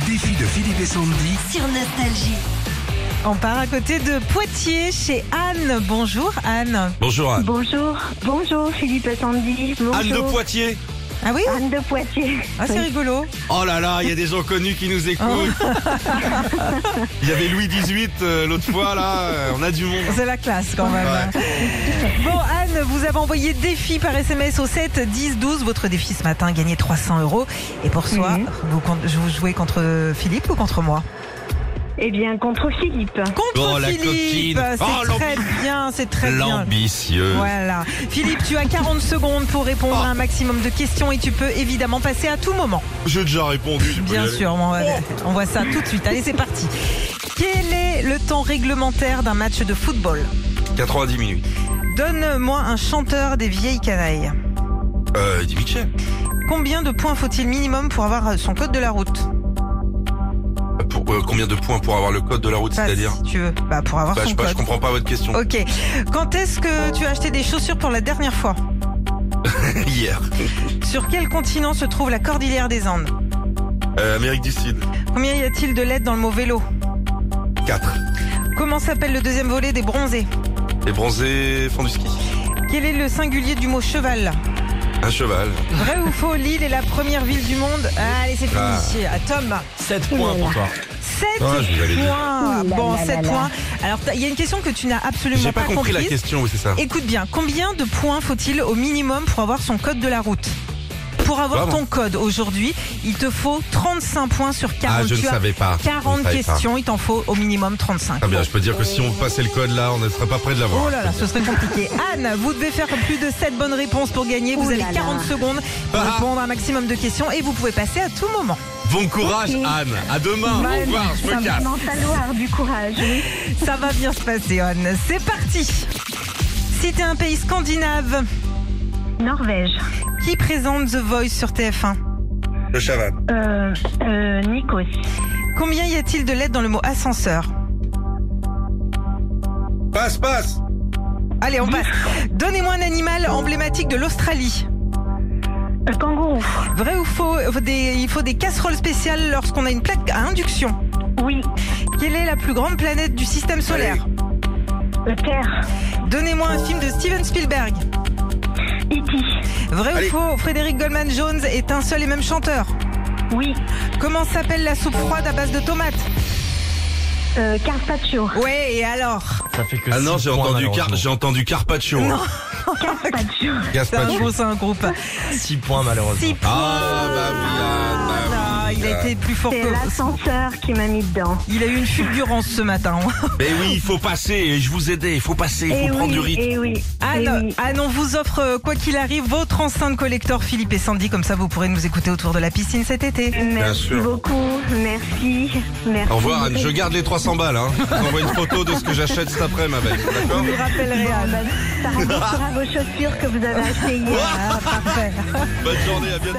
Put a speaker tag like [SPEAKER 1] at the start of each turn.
[SPEAKER 1] Philippe et Sandy.
[SPEAKER 2] sur Nostalgie.
[SPEAKER 3] On part à côté de Poitiers chez Anne. Bonjour Anne.
[SPEAKER 1] Bonjour Anne.
[SPEAKER 4] Bonjour, bonjour Philippe et Sandy. Bonjour.
[SPEAKER 5] Anne de Poitiers.
[SPEAKER 3] Ah oui
[SPEAKER 4] Anne de Poitiers.
[SPEAKER 3] Ah c'est rigolo.
[SPEAKER 5] Oh là là, il y a des gens connus qui
[SPEAKER 3] Oh.
[SPEAKER 5] nous écoutent. Il y avait Louis XVIII euh, l'autre fois là, euh, on a du monde.
[SPEAKER 3] C'est la classe quand même. Bon Anne, vous avez envoyé défi par SMS au 7 10 12. Votre défi ce matin, gagner 300 euros. Et pour soi,
[SPEAKER 4] Mhm.
[SPEAKER 3] vous, con- vous jouez contre Philippe ou contre moi
[SPEAKER 4] Eh bien, contre Philippe.
[SPEAKER 3] Contre
[SPEAKER 5] Oh, la
[SPEAKER 3] Philippe.
[SPEAKER 5] coquine.
[SPEAKER 3] C'est
[SPEAKER 5] Oh,
[SPEAKER 3] très bien, c'est très bien.
[SPEAKER 5] L'ambitieux.
[SPEAKER 3] Voilà. Philippe, tu as 40 secondes pour répondre
[SPEAKER 5] Ah.
[SPEAKER 3] à un maximum de questions et tu peux évidemment passer à tout moment.
[SPEAKER 5] J'ai déjà répondu. tu peux y
[SPEAKER 3] Bien
[SPEAKER 5] aller.
[SPEAKER 3] sûr, on va- on voit ça tout de suite. Allez, c'est parti. Quel est le temps réglementaire d'un match de football
[SPEAKER 5] 90 minutes.
[SPEAKER 3] Donne-moi un chanteur des vieilles canailles.
[SPEAKER 5] Euh, Eddie Mitchell.
[SPEAKER 3] Combien de points faut-il minimum pour avoir son code de la route
[SPEAKER 5] Pour, euh, combien de points pour avoir le code de la route,
[SPEAKER 3] Pas
[SPEAKER 5] c'est-à-dire
[SPEAKER 3] si tu veux. Bah, pour avoir
[SPEAKER 5] bah, je,
[SPEAKER 3] son
[SPEAKER 5] sais pas, je
[SPEAKER 3] code.
[SPEAKER 5] comprends pas votre question.
[SPEAKER 3] Ok. Quand est-ce que tu as acheté des chaussures pour la dernière fois
[SPEAKER 5] Hier.
[SPEAKER 3] Sur quel continent se trouve la cordillère des Andes
[SPEAKER 5] Euh, Amérique du Sud.
[SPEAKER 3] Combien y a-t-il de lettres dans le mot vélo
[SPEAKER 5] 4.
[SPEAKER 3] Comment s'appelle le deuxième volet des bronzés
[SPEAKER 5] Et bronzé, fond du ski.
[SPEAKER 3] Quel est le singulier du mot cheval
[SPEAKER 5] Un cheval.
[SPEAKER 3] Vrai ou faux, Lille est la première ville du monde. Allez, c'est fini. À Tom,
[SPEAKER 5] 7 points pour toi.
[SPEAKER 3] 7
[SPEAKER 5] Ah, je vous avais dit.
[SPEAKER 3] points.
[SPEAKER 4] Ouh là
[SPEAKER 3] Bon,
[SPEAKER 4] là
[SPEAKER 3] 7
[SPEAKER 4] là là.
[SPEAKER 3] points. Alors, t'as- il y a une question que tu n'as absolument
[SPEAKER 5] J'ai
[SPEAKER 3] pas,
[SPEAKER 5] pas compris la question, oui, c'est ça. Ah,
[SPEAKER 3] Écoute bien, combien de points faut-il au minimum pour avoir son code de la route Pour avoir
[SPEAKER 5] Vraiment
[SPEAKER 3] ton code aujourd'hui, il te faut 35 points sur 40.
[SPEAKER 5] Ah, je ne
[SPEAKER 3] tu as
[SPEAKER 5] savais pas. Je ne
[SPEAKER 3] 40
[SPEAKER 5] savais pas. Ah.
[SPEAKER 3] questions, il t'en faut au minimum 35.
[SPEAKER 5] Très bien, je peux dire que si on passait le code là, on ne serait pas près de l'avoir.
[SPEAKER 3] Oh là là, ce serait compliqué. Anne, vous devez faire plus de 7 bonnes réponses pour gagner. Vous
[SPEAKER 4] Ouh
[SPEAKER 3] avez
[SPEAKER 4] là là.
[SPEAKER 3] 40 secondes pour
[SPEAKER 5] Ah.
[SPEAKER 3] répondre à un maximum de questions et vous pouvez passer à tout moment.
[SPEAKER 5] Bon courage, Anne. À demain. Ah, Au revoir, je me casse.
[SPEAKER 4] Comment falloir du courage. oui.
[SPEAKER 3] Ça va bien se passer, Anne. C'est parti Si t'es un pays scandinave,
[SPEAKER 4] Norvège.
[SPEAKER 3] qui présente The Voice sur TF1
[SPEAKER 5] Le chaval.
[SPEAKER 4] Euh, euh, Nikos.
[SPEAKER 3] Combien y a-t-il de lettres dans le mot ascenseur
[SPEAKER 5] Passe, passe.
[SPEAKER 3] Allez, on passe. Donnez-moi un animal emblématique de l'Australie.
[SPEAKER 4] Euh, kangourou.
[SPEAKER 3] Vrai ou faux euh, des- Il faut des casseroles spéciales lorsqu'on a une plaque à induction.
[SPEAKER 4] Oui.
[SPEAKER 3] Quelle est la plus grande planète du système solaire
[SPEAKER 4] Euh, terre.
[SPEAKER 3] Donnez-moi un film de Steven Spielberg.
[SPEAKER 4] Iti.
[SPEAKER 3] Vrai
[SPEAKER 5] Allez.
[SPEAKER 3] ou faux Frédéric Goldman Jones est un seul et même chanteur.
[SPEAKER 4] Oui.
[SPEAKER 3] Comment s'appelle la soupe froide à base de tomates
[SPEAKER 4] Euh, Carpaccio.
[SPEAKER 3] Ouais, et alors
[SPEAKER 5] Ah non, j'ai entendu, car, j'ai entendu Carpaccio. hein.
[SPEAKER 4] Carpaccio.
[SPEAKER 3] C'est un
[SPEAKER 5] Gaspaccio.
[SPEAKER 3] groupe, c'est un groupe.
[SPEAKER 6] 6 points malheureusement.
[SPEAKER 3] Six points.
[SPEAKER 5] Ah, bah oui, Anne, bah
[SPEAKER 3] Ah,
[SPEAKER 5] oui,
[SPEAKER 3] il a
[SPEAKER 5] Anne.
[SPEAKER 3] été plus fort
[SPEAKER 4] C'est
[SPEAKER 3] que
[SPEAKER 4] l'ascenseur qui m'a mis dedans.
[SPEAKER 3] Il a eu une fulgurance ce matin.
[SPEAKER 5] Mais oui, il faut passer. et Je vous aidais. Il faut passer. Il faut
[SPEAKER 4] Eh
[SPEAKER 5] prendre
[SPEAKER 4] oui,
[SPEAKER 5] du rythme. Ah,
[SPEAKER 4] eh oui. eh
[SPEAKER 3] Anne,
[SPEAKER 4] oui.
[SPEAKER 3] Anne, on vous offre, euh, quoi qu'il arrive, votre enceinte collector Philippe et Sandy. Comme ça, vous pourrez nous écouter autour de la piscine cet été.
[SPEAKER 4] Merci
[SPEAKER 5] sûr.
[SPEAKER 4] beaucoup. Merci.
[SPEAKER 3] eh
[SPEAKER 4] Merci.
[SPEAKER 5] Au revoir, Anne. Je garde les 300 balles. Hein. Je t'envoie une photo de ce que j'achète cet après-midi, ma belle. D'accord
[SPEAKER 3] Je vous rappellerai,
[SPEAKER 4] Bon,
[SPEAKER 3] Anne.
[SPEAKER 4] bah, ça remplacera vos chaussures que vous avez achetées hier.
[SPEAKER 3] Ah, parfait.
[SPEAKER 5] Bonne journée. À bientôt.